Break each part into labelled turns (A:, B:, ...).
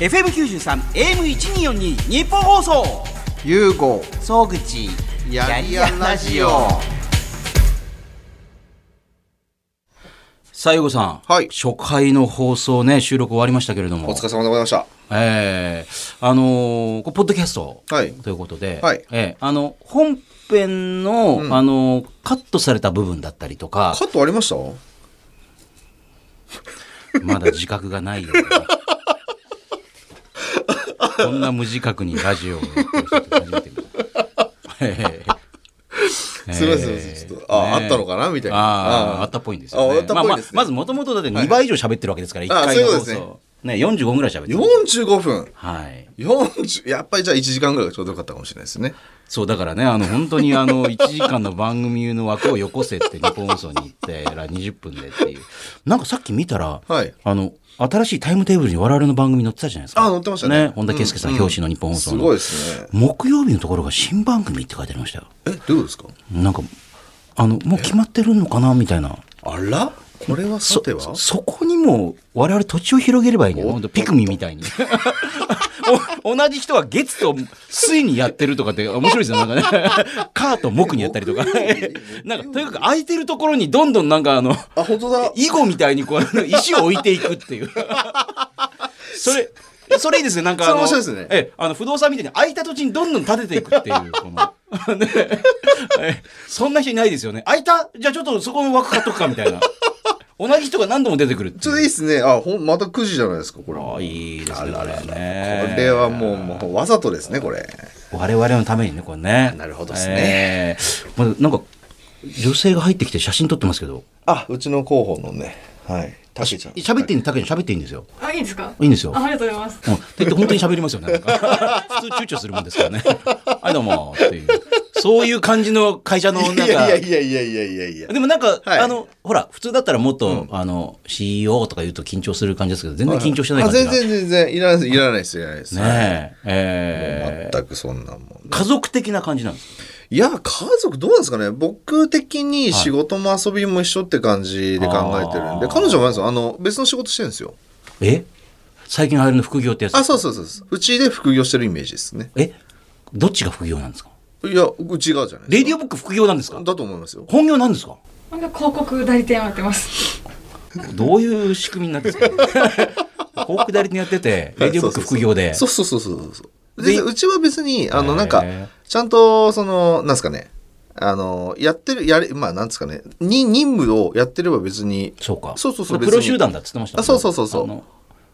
A: FM93 AM1242 日本放送
B: ユーゴ
A: 総口
B: やりやラジオ
A: さあゆうごさん、
B: はい
A: 初回の放送ね収録終わりましたけれども
B: お疲れ様でございました
A: えーあのーこれポッドキャスト
B: はい
A: ということで、
B: はい
A: えーあの本編の、あのーカットされた部分だったりと か
B: カットありました
A: まだ自覚がないよ、ね、こんな無自覚にラジオをやってる人って初めて見たえー
B: すみませんすいませんちょっとあ
A: ね
B: あったのかなみたいな
A: ああ
B: あ
A: あったっぽいんですよ、ね。
B: ああったっぽいですね
A: まあまあまずもともとだって2倍以上喋ってるわけですから、一
B: あ
A: 回
B: そうい
A: の
B: うこ
A: 放
B: とですね
A: 送。ね、45ぐらい喋ってる。
B: 45分
A: はい。
B: 40やっぱりじゃあ1時間ぐらいがちょうどよかったかもしれないですね
A: そう、だからね、あの、本当にあ の、1時間の番組の枠をよこせって日本放送に行って、 ら20分でっていう。なんかさっき見たら、
B: はい
A: あの、新しいタイムテーブルに我々の番組載ってたじゃないですか。
B: あ載ってましたね
A: 本田圭佑さん、表紙の日本放送
B: す
A: の。
B: ごいですね
A: 木曜日のところが新番組って書いてありましたよ。
B: えどういうことですか
A: なんか、あの、もう決まってるのかなみたいな。
B: あらこれはさては
A: そそこにも我々土地を広げればいいんだよ本当ピクミンみたいにお同じ人は月と水にやってるとかって面白いですよなんか ねカーと木にやったりとかなんかとにかく空いてるところにどんどんなんかあの
B: あ本当だ
A: 囲碁みたいにこ う石を置いていくっていうそれそれいいですねなんかあの
B: それ面白いですね
A: ええあの不動産みたいに空いた土地にどんどん建てていくって いうこの、 ねえそんな人いないですよね空いたじゃあちょっとそこの枠買っとくかみたいな同じ人が何度も出てくるって
B: ちょっと
A: い
B: いういですねあほんまた9時じゃないですかこれ
A: ああいいですね
B: あららら
A: これ
B: こ
A: ね
B: れはもうもうわざとですねこれ
A: 我々のためにねこれね
B: なるほどっすね、
A: ええまあ、なんか女性が入ってきて写真撮ってますけど
B: あうちの広報のねはいたけちゃん
A: 喋っていいんだけど喋っていいんですよ
C: あ、いいんですか。
A: いいんですよ
C: あありがとうございます。
A: うん、って言って本当に喋りますよね。なんか普通躊躇するもんですからね。はい、どうも、っていう。そういう感じの会社の、なんか、
B: いやいやいやいやいやいやいや
A: でもなんか、
B: はい
A: あの、ほら、普通だったらもっと、あの、CEO とか言うと緊張する感じですけど、全然緊張してない
B: あ
A: 感じ
B: 全
A: が。
B: 然全然いらないですいらないですいらないです、
A: ねえ。ええ
B: 全くそんなもん、ね、
A: 家族的な感じなんですか
B: いや家族どうなんですかね僕的に仕事も遊びも一緒って感じで考えてるんで、
A: あー
B: 彼女もあれですよあの別の仕事してるんですよ
A: え最近流行りの副業ってやつ
B: あそうそうそうそううちで副業してるイメージですね
A: えどっちが副業なんですか
B: いやうちがじゃない
A: レ
B: で
A: ディオブック副業なんです
B: す
A: か
B: かだと思いますよ
A: 本業なんですか
C: なんか広告代理店をやってます。
A: どういう仕組みになってるんですか広告代理店やってて、レディオブック副業で。
B: そうそうそうそうそうそう
A: で
B: でうちは別にあ
A: へ
B: の
A: ー
B: なんかちゃんとそのなんですかねあのやってるやれまあなんですかねに任務をやってれば別に
A: そうか。
B: そうそうそう
A: これプロ集団だっつってましたもんね
B: あそうそうそうそう
A: あの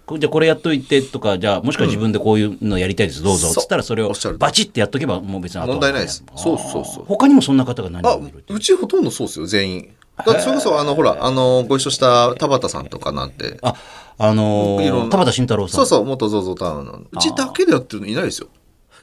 A: こじゃあこれやっといてとか、じゃあもしくは自分でこういうのやりたいです、どうぞ。
B: そう
A: つったらそれを
B: おっしゃる通り
A: バチってやっとけばもう別に後は
B: 問題ないです
A: あー
B: そうそうそう
A: 他にもそんな方が何
B: あ
A: 人もいるっていう
B: うちほとんどそうですよ全員だってそれこそあのほらあのご一緒した田畑さんとかなんて
A: あ、あの
B: いろ
A: ー、
B: んな
A: 田畑慎太郎さん。
B: そうそう元 ZOZO タウンのうちだけでやってるのいないですよ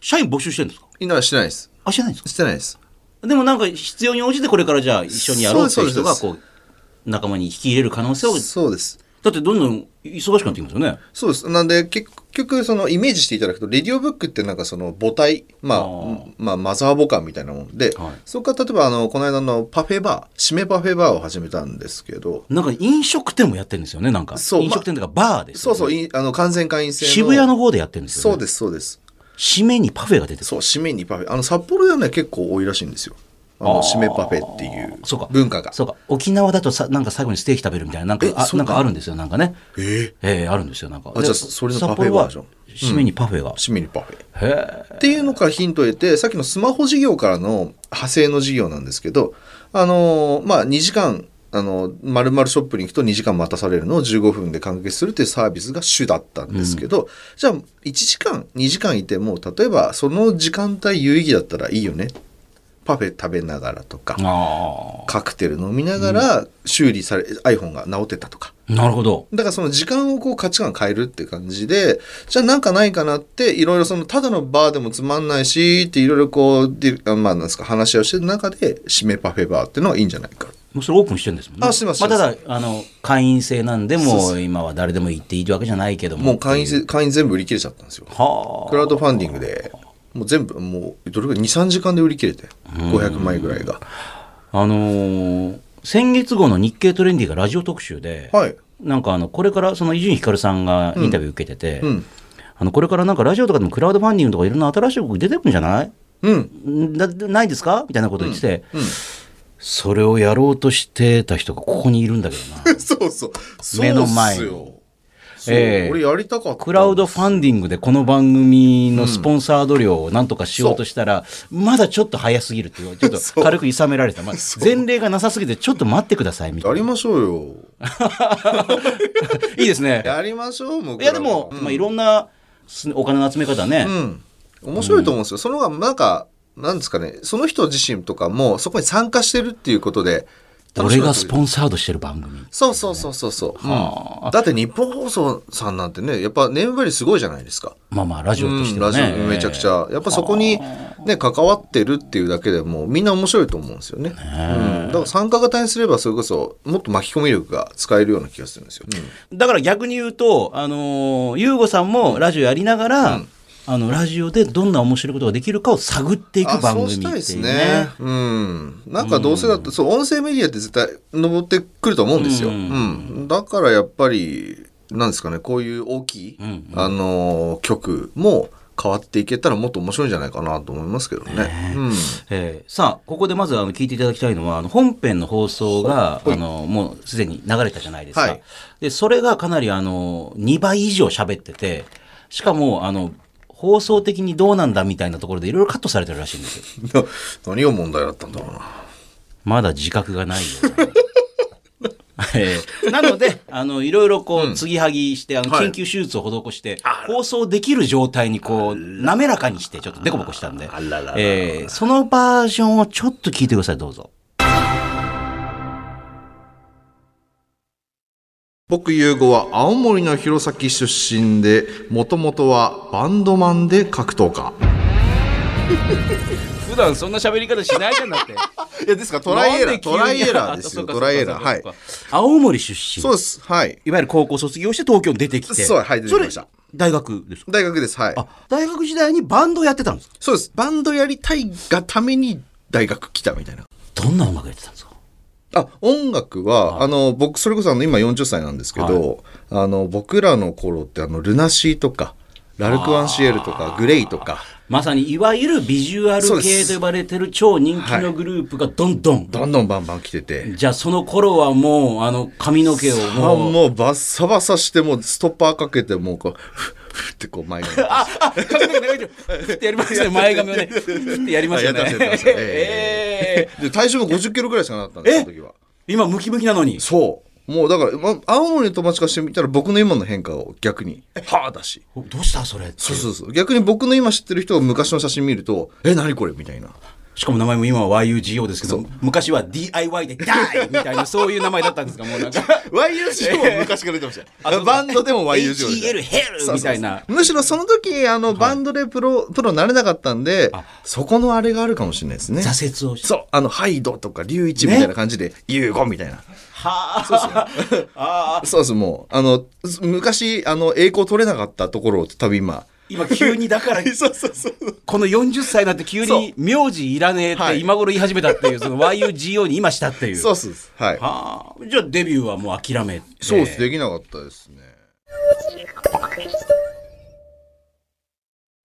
A: 社員募集してるんですか
B: いないしてないです
A: あ、してないんです
B: してないです
A: かでもなんか必要に応じてこれからじゃあ一緒にやろうっていう人が
B: そ
A: こう、仲間に引き入れる可能性を、
B: そうです
A: だってどんどん忙しくなってきますよね。
B: そうですなんで結局そのイメージしていただくとレディオブックってなんかその母体まあ
A: あー
B: まあ、マザーボカンみたいなもんで、
A: はい
B: そこから例えばあのこの間のパフェバー締めパフェバーを始めたんですけど
A: なんか飲食店もやってるんですよね、なんか。
B: そう
A: 飲食店とかバーです
B: そ
A: よ
B: う
A: ね、
B: そういあの完全会員制の
A: 渋谷の方でやってるんですよ、
B: そ
A: ね。
B: うですそうです
A: 締めにパフェが出てくる。
B: そう締めにパフェあの札幌ではね結構多いらしいんですよあの
A: あー
B: 締めパフェっていう
A: そうか
B: 文化が
A: そうか沖縄だとさなんか最後にステーキ食べるみたいななんか
B: え
A: あ
B: そう
A: な
B: なん
A: かあるんですよなんかね
B: えー
A: ええあるんですよなんか
B: あ
A: で
B: じゃあそれのパフェバージ
A: 札
B: ョン
A: 幌は締めにパフェが、
B: 締めにパフェ
A: へえ
B: っていうのからヒントを得てさっきのスマホ事業からの派生の事業なんですけどあのーまあ2時間あのまるショップに行くと2時間待たされるのを15分で完結するというサービスが主だったんですけど、じゃあ1時間2時間いても例えばその時間帯有意義だったらいいよねパフェ食べながらとか
A: あ
B: カクテル飲みながら修理され、iPhone が直ってたとか
A: あなるほど
B: だからその時間をこう価値観変えるって感じで、じゃあなんかないかなって、いろいろそのただのバーでもつまんないし、っていろいろこう、であまあなんですか、話し合いをしてる中で、締めパフェバーっていうのがいいんじゃないか。
A: もうそれオープンしてるんですもんね
B: あしてます
A: あ、
B: して
A: た
B: ま
A: だあの会員制なんで
B: そう
A: も
B: そう
A: 今は誰でも行っていいわけじゃないけども
B: もう会員制、会員全部売り切れちゃったんですよ。
A: はあ
B: クラウドファンディングで、もう全部、もうどれぐらい、2、3時間で売り切れて、500枚ぐらいが。
A: あのー先月号の日経トレンディがラジオ特集で、
B: はい。
A: なんかあのこれからその伊集院光さんがインタビュー受けてて、
B: うん。
A: あのこれからなんかラジオとかでもクラウドファンディングとかいろんな新しい動き出てくるんじゃない
B: うん。
A: んだないですかみたいなこと言ってて、
B: う
A: それをやろうとしてた人がここにいるんだけどな。
B: ん。そうそう。そう
A: 目の前
B: っすよそう
A: ええ
B: 俺やりたかった。
A: クラウドファンディングでこの番組のスポンサード料をなんとかしようとしたら、まだちょっと早すぎるっていう、ちょっ
B: そう
A: と軽くいさめられた。まあ、前例がなさすぎて、ちょっと待ってくださいみた
B: や
A: い
B: り
A: な。
B: ましょうよ。
A: いいですね。
B: やりましょう、もう。
A: いや、でも、
B: うん
A: まあ、いろんなすお金の集め方ね。
B: うん。面白いと思うんですよ。その方が、なんか、なんですかね、その人自身とかも、そこに参加してるっていうことで、
A: 俺がス
B: ン
A: ポンサードしてる番組。
B: そうそうそうそうそう、
A: はあ
B: うんだって日本放送さんなんてね、やっぱネームバリューすごいじゃないですか。
A: まあまあ、ラジオとしてはね。
B: うんラジオめちゃくちゃ、やっぱそこにね関わってるっていうだけでもみんな面白いと思うんですよね、うん、だから参加型にすればそれこそもっと巻き込み力が使えるような気がするんですよ、
A: だから逆に言うと、あのー、ゆうごさんもラジオやりながら、あの、ラジオでどんな面白いことができるかを探ってい
B: あ
A: く番組
B: そう
A: ってい
B: し
A: うね。
B: たいですね。うん。なんかどうせだって、そう、音声メディアって絶対登ってくると思うんですよ。う
A: うん
B: ん。だからやっぱり、なんですかね、こういう大きい、あのー曲も変わっていけたらもっと面白いんじゃないかなと思いますけどね。うん。
A: えーさあ、ここでまずあの聞いていただきたいのは、あの本編の放送が、あの、もうすでに流れたじゃないですか。
B: はい
A: で、それがかなりあの、2倍以上喋ってて、しかも、あの、放送的にどうなんだみたいなところでいろいろカットされてるらしいんですよ。
B: な何が問題だったんだろうな。
A: まだ自覚が ないような。えーなので、あの、いろいろこう、継ぎはぎして、あの、
B: はい
A: 緊急手術を施して、放送できる状態にこう、滑らかにして、ちょっとデコボコしたんで
B: あららら、ら
A: えーそのバージョンをちょっと聞いてください、どうぞ。
B: 僕優吾は青森の弘前出身でもともとはバンドマンで格闘家
A: 普段そんな喋り方しないじゃ なくて。
B: いやですからトライエラートライ エ ラーですよトライエラーはい。
A: 青森出身。
B: そうですはい
A: いわゆる高校卒業して東京に出てきて。
B: そうはい出てきました
A: それ大学ですか
B: 大学ですはい
A: あ、大学時代にバンドやってたんですか
B: そうです。バンドやりたいがために大学来たみたいな。
A: どんな音楽やってたんですか
B: あ、音楽は、あの、僕、それこそあの、今40歳なんですけど、あの、僕らの頃って、あの、ルナシーとか、ラルク・アンシエルとか、グレイとか、
A: まさにいわゆるビジュアル
B: そうで
A: 系
B: す
A: と呼ばれてる超人気のグループがどんどん。
B: どんどんバンバン来てて、
A: じゃあその頃はもう、あの、髪の毛を
B: あ
A: もう。
B: もうバッサバサして、もうストッパーかけて、もうこう、ふっふっってこう前に。
A: あ、あ、髪の毛長いじゃんふってやりましたね。前髪をね、ふってやりました
B: や
A: ね
B: ってました。やってました
A: えー
B: で、体重も50キロぐらいしかなかったんです、その時は。
A: 今ムキムキなのに。
B: そう。もうだから、ま、青森の友達からしてみたら、僕の今の変化を逆に、はあだし。
A: どうしたそれって
B: そうそうそう。逆に僕の今知ってる人が昔の写真見ると、え、何これみたいな。
A: しかも名前も今は YUGO ですけど、昔は DIY でダイみたいな、そういう名前だったんですかもうなんか。
B: YUGO も昔から出てましたよ。 バンドでも YUGO みたい
A: HEL
B: な
A: ヘルみたいな。
B: むしろその時、あの、バンドでプロ、プロなれなかったんで、そこのあれがあるかもしれないですね。
A: 挫折をして。
B: そう、あの、ハイドとか、リュウイチみたいな感じで、ユーゴみたいな。
A: はあ。そうそう。ああ。
B: そうです、もう。あの、す昔、あの、栄光取れなかったところを、多分今。
A: 今急にだから、
B: そうそうそう。
A: この40歳になって急
B: そう
A: に名字いらねえっ
B: は
A: て
B: い
A: 今頃言い始めたっていう、その YUGO に今したっていう。
B: そうっす。はい。
A: はあ。じゃあデビューはもう諦めて。
B: そうです、できなかったですね。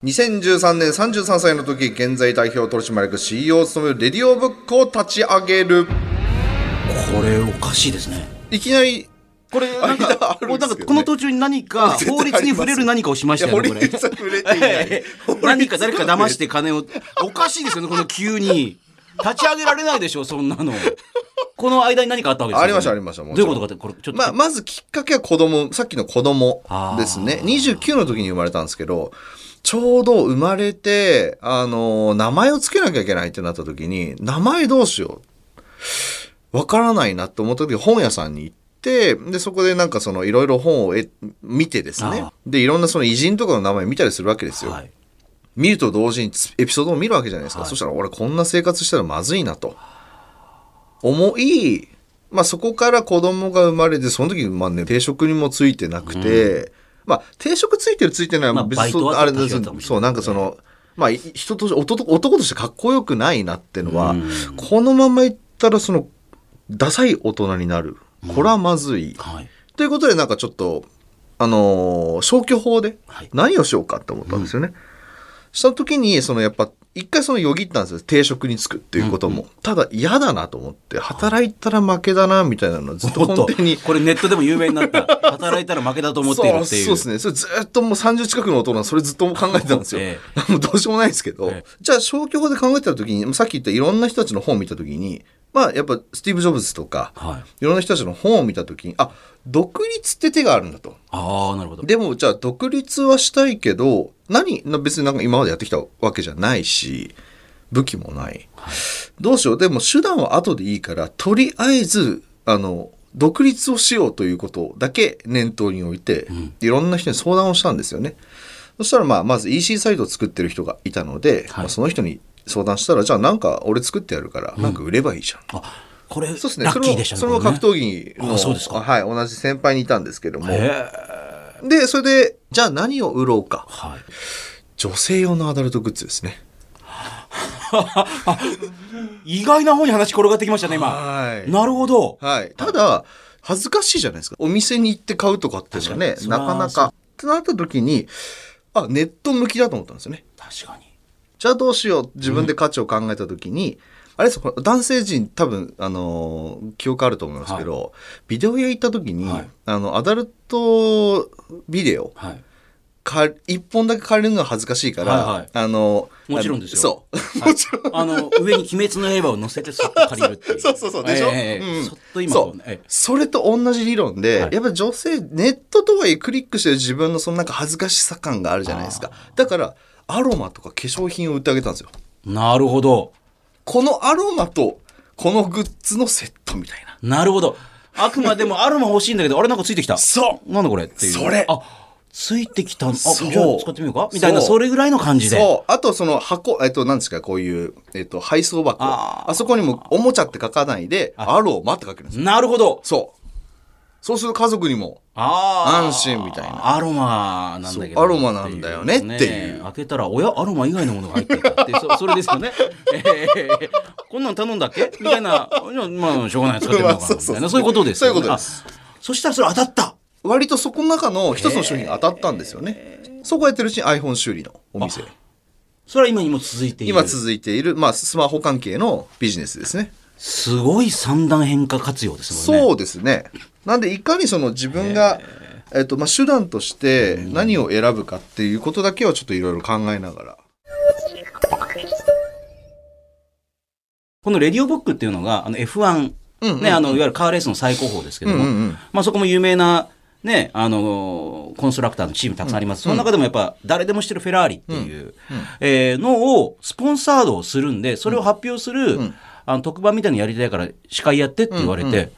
B: 2013年33歳の時、現在代表取締役 CEO を務めるレディオブックを立ち上げる。
A: これおかしいですね。
B: いきなり、
A: これなん
B: 間あ
A: か、
B: るん
A: もう
B: で
A: な
B: す
A: んか
B: けどね
A: この途中に何か
B: 絶対
A: 法律に触れる何かをしましたよね、これ。
B: さん触れていない。
A: 何か誰か騙して金をおかしいですよねこの急に立ち上げられないでしょそんなのこの間に何かあったわけですよね
B: ありましたありました
A: ど
B: も
A: う
B: ち
A: いう
B: ろん
A: ことかってこれちょっと、
B: まあ、まずきっかけは子供、さっきの子供ですね。
A: あ
B: 29の時に生まれたんですけど、ちょうど生まれて、あの、名前をつけなきゃいけないってなった時に、名前どうしよう。わからないなと思った時、本屋さんに行って、で、そこでなんかその、いろいろ本をえ見てですね
A: あ。
B: で、いろんなその偉人とかの名前見たりするわけですよ。
A: はい
B: 見ると同時につエピソードを見るわけじゃないですか、
A: はい
B: そしたら俺こんな生活したらまずいなと思い、まあ、そこから子供が生まれてその時まあ、ね、定職にもついてなくて、まあ定職ついてるついてない
A: まあ
B: にそう
A: バイトは
B: あれで
A: ちょっと
B: すそうなんかその、まあ、い人として男男としてかっこよくないなってのは、このままいったらそのダサい大人になるこれはまずい、
A: はい
B: ということでなんかちょっとあのー消去法で
A: はい
B: 何をしようかって思ったんですよね。した時にそのやっぱ一回そのよぎったんですよ定職に就くっていうことも、ただ嫌だなと思って働いたら負けだなみたいなのをずっと
A: おっと
B: 根底に
A: これネットでも有名になった働いたら負けだと思っているっていう
B: そうそうですねそれずっともう30近くの大人それずっと考えてたんですよ、
A: え
B: もうどうしようもないですけど、
A: ええ
B: じゃあ消去法で考えてた時にさっき言ったいろんな人たちの本を見た時にまあやっぱスティーブ・ジョブズとか、
A: はい
B: いろんな人たちの本を見た時にあ独立って手があるんだと
A: ああなるほど
B: でもじゃあ独立はしたいけど何な別になんか今までやってきたわけじゃないし武器もない、どうしようでも手段は後でいいからとりあえずあの独立をしようということだけ念頭に置いて、いろんな人に相談をしたんですよねそしたらまあまず EC サイトを作ってる人がいたので、
A: はい
B: まあその人に相談したらじゃあなんか俺作ってやるからなんか売ればいいじゃん、
A: あこれ
B: そうですね。
A: ラッキーでしたね
B: それも
A: これね
B: それも格闘技の、
A: あそうですか
B: はい、同じ先輩にいたんですけども。
A: へ
B: で、それで、じゃあ何を売ろうか。
A: はい
B: 女性用のアダルトグッズですね。
A: 意外な方に話転がってきましたね今
B: はい。
A: なるほど
B: はい。ただ、恥ずかしいじゃないですか。お店に行って買うとかっていうのはね
A: 確か、に
B: なかな
A: それは
B: か。ってなった時に、あ、ネット向きだと思ったんですよね。
A: 確かに
B: じゃあどうしよう自分で価値を考えた時に、あれですこれ男性陣多分、あのー記憶あると思いますけど、ビデオ屋行った時に、
A: はい
B: あのアダルトビデオ
A: はい
B: か1本だけ借りるのは恥ずかしいから、
A: はいはい
B: あの
A: もちろんですよ
B: そう、 もちろん
A: あの上に「鬼滅の刃」を載せてそっと借りるっていう
B: そうそうそうでしょ、
A: ええええ
B: うん
A: そっと今
B: そ
A: こ
B: う
A: う、ええ
B: それと同じ理論で、
A: はい
B: やっぱり女性ネットとはいえクリックしてる自分のそのなんか恥ずかしさ感があるじゃないですかだからアロマとか化粧品を売ってあげたんですよ
A: なるほど
B: このアロマとこのグッズのセットみたいな。
A: なるほどあくまでもアロマ欲しいんだけどあれなんかついてきた
B: そ
A: なんだこれっていう
B: それ
A: あついてきたあじ
B: そう
A: ゃあ使ってみようかみたいな
B: そう
A: それぐらいの感じで
B: そう。あと、その箱、えっと、なんですか、こういう、えっと、配送箱。
A: あ
B: あそこにもおもちゃって書かないで、アロマって書けるんですよ。
A: なるほど
B: そう。そうすると家族にも、
A: あー
B: 安心みたいな
A: アロマなんだけ
B: そ
A: ど
B: うアロマなんだよねっていう
A: ね開けたら「おやアロマ以外のものが入ってた」ってそそれですよね、えーこんなん頼んだっけみたいなじゃあまあしょうがない使ってみようかなみたいなそういうことですよね
B: そういうことです
A: あそしたらそれ当たった
B: 割とそこの中の一つの商品が当たったんですよね。そこやってるうちに iPhone 修理のお店。
A: それは今にも続いている
B: 今続いている、まあ、スマホ関係のビジネスですね。
A: すごい三段変化活用ですもんね
B: そうですね。なんでいかにその自分が、えっとまあ、手段として何を選ぶかっていうことだけはちょっといろいろ考えながら。
A: このレディオブックっていうのがあの F1、
B: うんうん
A: ね、あのいわゆるカーレースの最高峰ですけども、
B: うんうんうん
A: まあ、そこも有名な、ね、あのコンストラクターのチームたくさんあります、その中でもやっぱ誰でも知ってるフェラーリっていう、えーのをスポンサードをするんでそれを発表する、あの特番みたいなのやりたいから司会やってって言われて、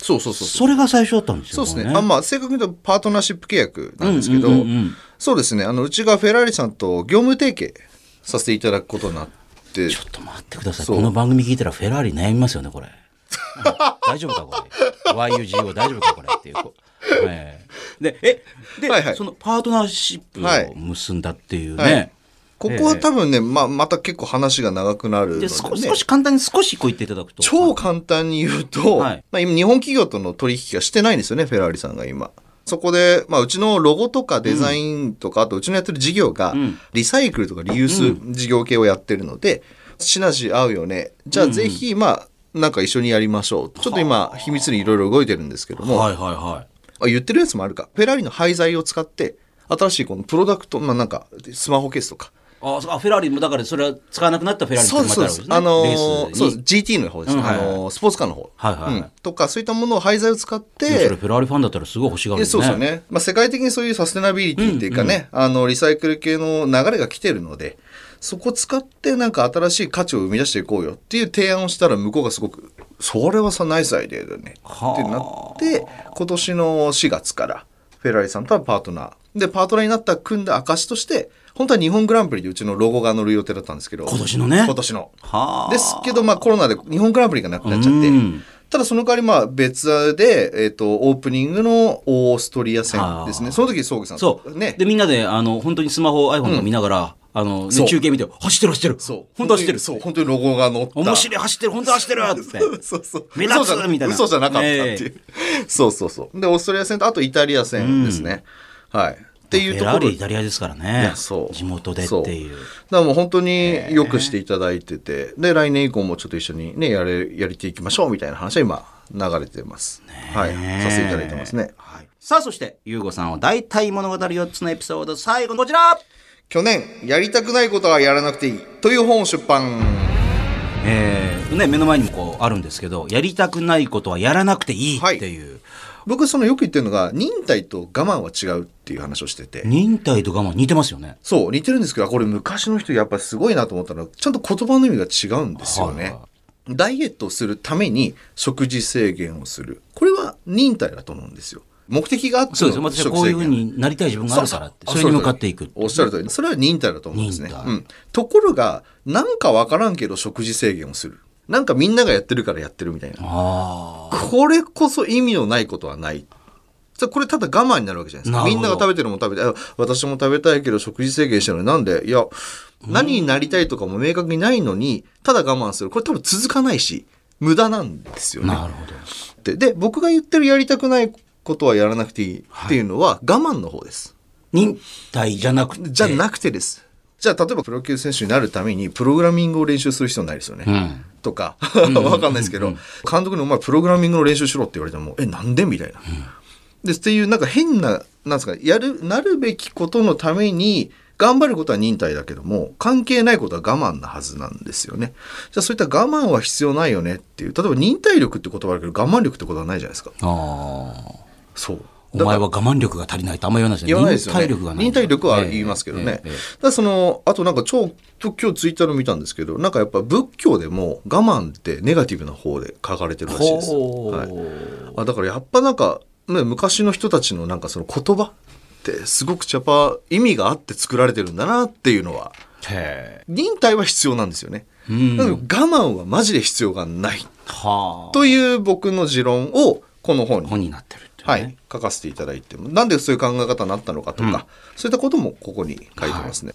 B: そうそうそう
A: それが最初だったんです
B: そ
A: よ
B: うですね。あまあ、正確に言うとパートナーシップ契約なんですけど、
A: うんうんうんうん
B: そうですね。あの、うちがフェラーリさんと業務提携させていただくことになって、
A: ちょっと待ってください。
B: そう
A: この番組聞いたらフェラーリ悩みますよね、これ。大丈夫か、これ。YUGO 大丈夫か、これって いう。こええで、え、で、
B: はいはい
A: そのパートナーシ
B: はい
A: ップを結んだっていうね。
B: はいここは
A: ええ
B: 多分ね、まあ、また結構話が長くなるの
A: で
B: で、ね、
A: 少少し簡単に少しこう言っていただくと。
B: 超簡単に言うと、
A: はい
B: まあ、今日本企業との取引がしてないんですよねフェラーリさんが今。そこで、まあ、うちのロゴとかデザインとか、あとうちのやってる事業が、
A: ん
B: リサイクルとかリユース事業系をやってるので、シナジー合うよねじゃあぜひ、まあなんか一緒にやりましょうちょっと今秘密裏にいろいろ動いてるんですけども、
A: はいはいはい。
B: あ言ってるやつもあるかフェラーリの廃材を使って新しいこのプロダクト、まあ、なんかスマホケースとか
A: あ、そうあフェラーリもだからそれは使わなくなったフェラーリ
B: そう
A: も
B: で
A: ますた
B: そう
A: あ
B: で
A: るわ
B: す
A: け。
B: あの
A: ですね
B: ーそうです
A: レースに
B: GT の方ですね、
A: うんはいはい
B: あのースポーツカーの方、
A: はいはいはい
B: うんとかそういったものを廃材を使っ
A: いやそれ
B: て
A: フェラーリファンだったらすごい欲しがる
B: で
A: ね。
B: そうですよね、まあ、世界的にそういうサステナビリティっていうかね、あのリサイクル系の流れが来てるのでそこ使ってなんか新しい価値を生み出していこうよっていう提案をしたら向こうがすごく「それはさナイスアイデアだよね」
A: はあ
B: ってなって今年の4月からフェラーリさんとはパートナーでパートナーになった組んだ証として本当は日本グランプリでうちのロゴが乗る予定だったんですけど
A: 今年のね
B: 今年の
A: はあ。
B: ですけど、まあ、コロナで日本グランプリがなくなっちゃって
A: うん
B: ただその代わりまあ別で、えー、とオープニングのオーストリア戦ですね
A: あー
B: その時宗家さん
A: そう、
B: ね
A: でみんなであの本当にスマホ iPhone とか見ながら、あの、
B: そ
A: ね、
B: う
A: 中継見て、走ってる走ってる。
B: そう。
A: 本当走ってる。
B: そう、本当にロゴが載った。
A: 面白い走ってる本当走ってるっつって。
B: そうそう。
A: 目立つ
B: 嘘じゃ
A: みたいな
B: 嘘じゃなかったっていう。そうそうそう。で、オーストラリア戦と、あとイタリア戦ですね。はい。っていう
A: フェ
B: とこ
A: ラー
B: ろ。
A: リイタリアですから
B: い
A: ね
B: やそう
A: 地元でっていう
B: そだからもう本当によくしていただいてて、で、来年以降もちょっと一緒にね、やれ、やりていきましょうみたいな話は今、流れてます。はい。させていただいてますね。
A: はいさあそしてゆうごさんを大体物語4つのエピソード最後のこちら
B: 去年、やりたくないことはやらなくていいという本を出版。
A: えーね、目の前にもこうあるんですけどやりたくないことはやらなくていいっていう、
B: 僕、そのよく言ってるのが、忍耐と我慢は違うっていう話をしてて。
A: 忍耐と我慢似てますよね
B: そう、似てるんですけど、これ昔の人やっぱすごいなと思ったのは、ちゃんと言葉の意味が違うんですよ
A: はい
B: ね
A: は。
B: ダイエットをするために食事制限をする。これは忍耐だと思うんですよ。目的があって
A: そう
B: の
A: ですよ私は
B: 食
A: こう
B: 制
A: いうふう
B: 限
A: になりたい自分があるからってそれに向かっていくっていう
B: おっしゃる通り。それは忍耐だと思うんですね。
A: 忍耐
B: うん、ところが、なんかわからんけど食事制限をする。なんかみんながやってるからやってるみたいな。
A: あ
B: これこそ意味のないことはない。じゃあこれただ我慢になるわけじゃないですか。
A: なる
B: み
A: ほど
B: んなが食べてるのも食べて、あ私も食べたいけど食事制限してるのになんで、いや、何になりたいとかも明確にないのに、ただ我慢する。これ多分続かないし、無駄なんですよ
A: あ
B: ね。
A: なるほど
B: でで、僕が言ってるやりたくないことはやらなくていいっていうのは我慢の方です。
A: 忍耐じゃなくて
B: じゃなくてです。じゃあ例えばプロ級選手になるためにプログラミングを練習する必要ないですよね。
A: うん
B: とか、 わかんないですけど、監督にお前プログラミングの練習しろって言われても、え、なんでみたいな。で、っていうなんか変な、なんですか、やる、なるべきことのために、頑張ることは忍耐だけども、関係ないことは我慢なはずなんですよね。じゃあそういった我慢は必要ないよねっていう、例えば忍耐力って言葉あるけど、我慢力ってことはないじゃないですか。
A: あー
B: そう。
A: お前は我慢力が足りないとあんま言わないです
B: 言
A: よ
B: わない
A: ね。
B: ですよね。
A: 忍耐力がない。
B: 忍耐力は言いますけどね。
A: ええええええ
B: ただその、あとなんか超、今日ツイッターの見たんですけど、なんかやっぱ仏教でも我慢ってネガティブな方で書かれてるらしいです。
A: ほう
B: はい、あだからやっぱなんか、ね、昔の人たちのなんかその言葉ってすごくやっぱ意味があって作られてるんだなっていうのは、
A: へ
B: 忍耐は必要なんですよね。
A: え。うん。
B: だけど我慢はマジで必要がない。
A: はあ。
B: という僕の持論をこの本に
A: 本になってるっていうね。
B: はい、書かせていただいてなんでそういう考え方になったのかとか、そういったこともここに書いてますね、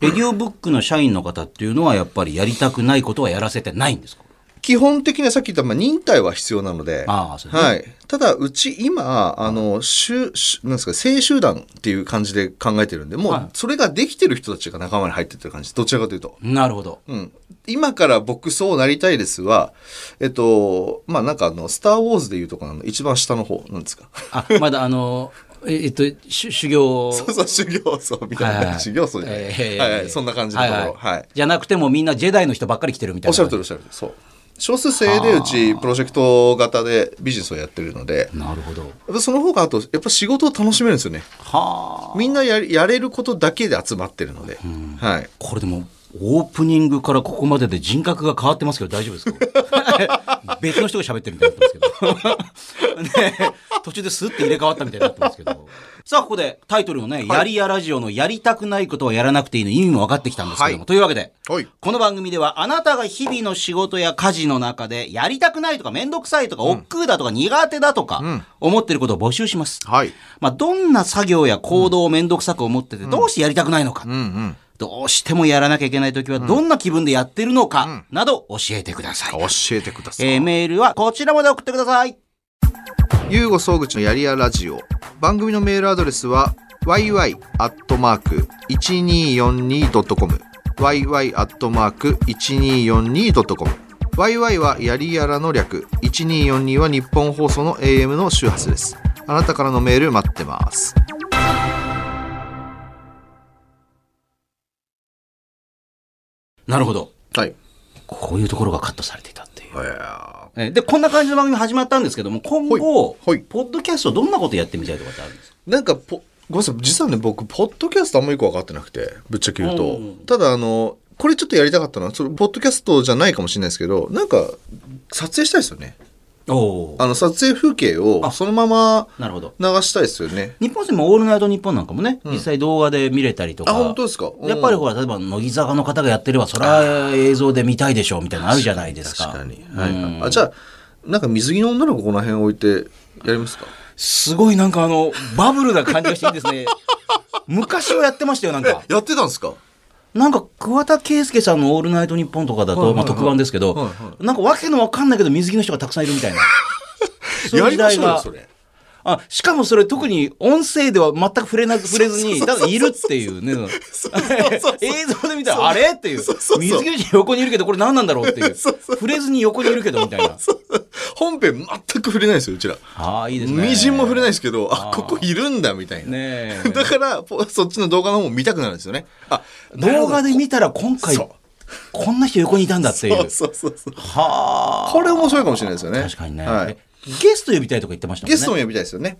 A: レディオブックの社員の方っていうのはやっぱりやりたくないことはやらせてないんですか
B: 基本的にはさっき言った、まあ、忍耐は必要なので
A: ああそうですね
B: はい、ただうち今あの集集なんですか正集団っていう感じで考えてるんでも
A: はいう
B: それができてる人たちが仲間に入ってってる感じどちらかというと。
A: なるほど。
B: うん、今から僕そうなりたいですは、えっと、まあなんかあの、スター・ウォーズでいうとこの一番下の方なんですか。
A: あ、まだあの、 ええっと、しゅ修行。
B: そうそう、修行僧みたいな、
A: はいはい
B: 修行僧じゃない、
A: ええ
B: はいはい、そんな感じのところ。はい
A: じゃなくてもみんなジェダイの人ばっかり来てるみた
B: お
A: いな
B: っしゃ
A: 感
B: る
A: じ。
B: とおりおっしゃるとおりそう少数制でうちプロジェクト型でビジネスをやってるので
A: なるほど。
B: やっぱその方があとやっぱ仕事を楽しめるんですよね
A: はあ。
B: みんなややれることだけで集まってるので、はい
A: これでも、オープニングからここまでで人格が変わってますけど大丈夫です か別の人が喋ってるみたいになってますけ ど。ねえ途中でスッて入れ替わったみたいになってますけど。さあ、ここでタイトルのね、やりやラジオのやりたくないことはやらなくていいの意味も分かってきたんですけども。
B: はい
A: というわけで、
B: はい
A: この番組ではあなたが日々の仕事や家事の中でやりたくないとかめんどくさいとか億劫だとか苦手だとか思ってることを募集します。
B: はい
A: まあ、どんな作業や行動をめんどくさく思っててどうしてやりたくないのか。
B: うんうん
A: どうしてもやらなきゃいけない時はどんな気分でやってるのかなど教えてください。
B: 教えてください、
A: えーメールはこちらまで送ってください。
B: ゆうご総口のやりやラジオ番組のメールアドレスは yy.1242.com yy.1242.com yy はやりやらの略1242は日本放送の AM の周波数ですあなたからのメール待ってます
A: なるほど。
B: はい
A: こういうところがカットされていたっていう。
B: は
A: えーで、こんな感じの番組始まったんですけども、今後、
B: はいはい
A: ポッドキャストどんなことやってみたいとかってあるんですか
B: いなんかポごめんなさい実はね僕ポッドキャストあんまよく分かってなくてぶっちゃけ言うと、
A: うん
B: ただあのこれちょっとやりたかったのはそのポッドキャストじゃないかもしれないですけどなんか撮影したいですよね
A: お
B: あの撮影風景を
A: あ
B: そのまま
A: なるほど。
B: 流したいですよね。
A: 日本戦もオールナイト日本なんかもね、実際動画で見れたりとか。
B: あ本当ですかうん
A: やっぱりほら、例えば乃木坂の方がやってれば、それは映像で見たいでしょうみたいなのあるじゃないですか。
B: 確かに。は
A: うん
B: い。あじゃあなんか水着の女の子この辺置いてやりますか。
A: すごいなんかあ の、バブルな感じがしていいですね。昔はやってましたよ、なんか。
B: やってたんですか。
A: なんか桑田佳祐さんの「オールナイトニッポン」とかだと、
B: はいはいはい
A: まあ、特番ですけど、
B: はいは
A: なんかわけのわかんないけど水着の人がたくさんいるみたいなそういう
B: や
A: 時
B: りま
A: 代
B: しょうよ
A: が
B: それ
A: あしかもそれ特に音声では全く触れな触れずにただいるっていうね 映像で見たらあれっていう
B: そうそうそう
A: 水着の人横にいるけどこれ何なんだろうっていう
B: そう
A: 触れずに横にいるけどみたいな
B: 本編全く触れないですようちら
A: ああいいですね
B: みじんも触れないですすけどあ
A: あー
B: ここいるんだみたいな、
A: ねえ
B: だから ぽそっちの動画の方も見たくなるんですよねあ
A: 動画で見たら今回
B: そう
A: こんな人横にいたんだっていう
B: そう そうそうそう
A: はあ
B: これ面白いかもしれないですよね
A: 確かにね、
B: はい
A: え、ゲスト呼びたいとか言ってましたもんね
B: ゲストも呼びたいですよね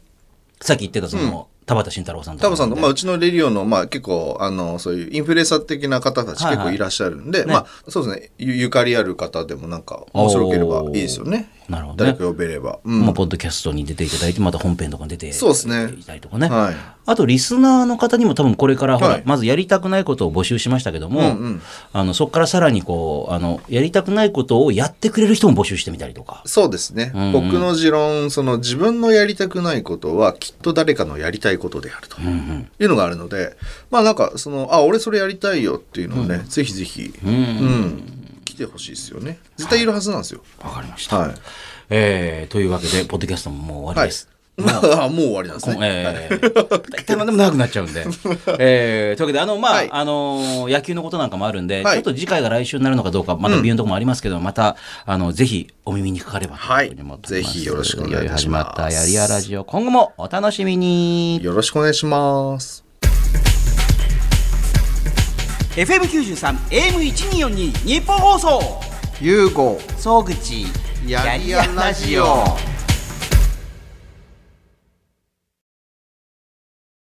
A: さっき言ってたその、田畑慎太郎さんとか
B: タ
A: も
B: ブ
A: ね
B: さんと、まあ、うちのレディオの、まあ、結構、あの、そういうインフルエンサー的な方たち
A: はい
B: 結
A: はい
B: 構いらっしゃるんで、
A: ね
B: まあ、そうですねゆ、ゆかりある方でもなんか、面白ければいいですよね。
A: なるほどね
B: 誰か呼べれば。うん。
A: まあ、ポッドキャストに出ていただいてまた本編とかに出て
B: そうですね
A: いたりとかね、
B: はい
A: あとリスナーの方にも多分これからほら、
B: はい
A: まずやりたくないことを募集しましたけども、
B: うんうん
A: あのそこからさらにこうあのやりたくないことをやってくれる人も募集してみたりとか
B: そうですね。
A: うんうん
B: 僕の持論、その自分のやりたくないことは、きっと誰かのやりたいことであると。いうのがあるので、まあなんか、その、あ、俺それやりたいよっていうのをね、ぜひぜひ、
A: うんわ、
B: うん、来てほしいですよね。絶対いるはずなんですよ。
A: かりました、
B: はい。
A: えーというわけでポッドキャストももう終わりです、
B: まあ、 もう終わりなんですね。
A: ええ大体何でも長くなっちゃ うんで。ええというわけで、あの、まあ、
B: はい
A: あの野球のことなんかもあるんで、
B: は
A: ち
B: い
A: ょっと次回が来週になるのかどうか、また微妙なところもありますけど、また、あの、ぜひお耳にかかればと
B: はい
A: いうふうに思っております。
B: ぜひよろしくお願いいたします
A: よよ始まったやりやラジオ、今後もお楽しみに。
B: よろしくお願いします。
D: FM 九十三 AM 一二四二日本放送
E: ゆうご
D: 総口
E: やりやラジオ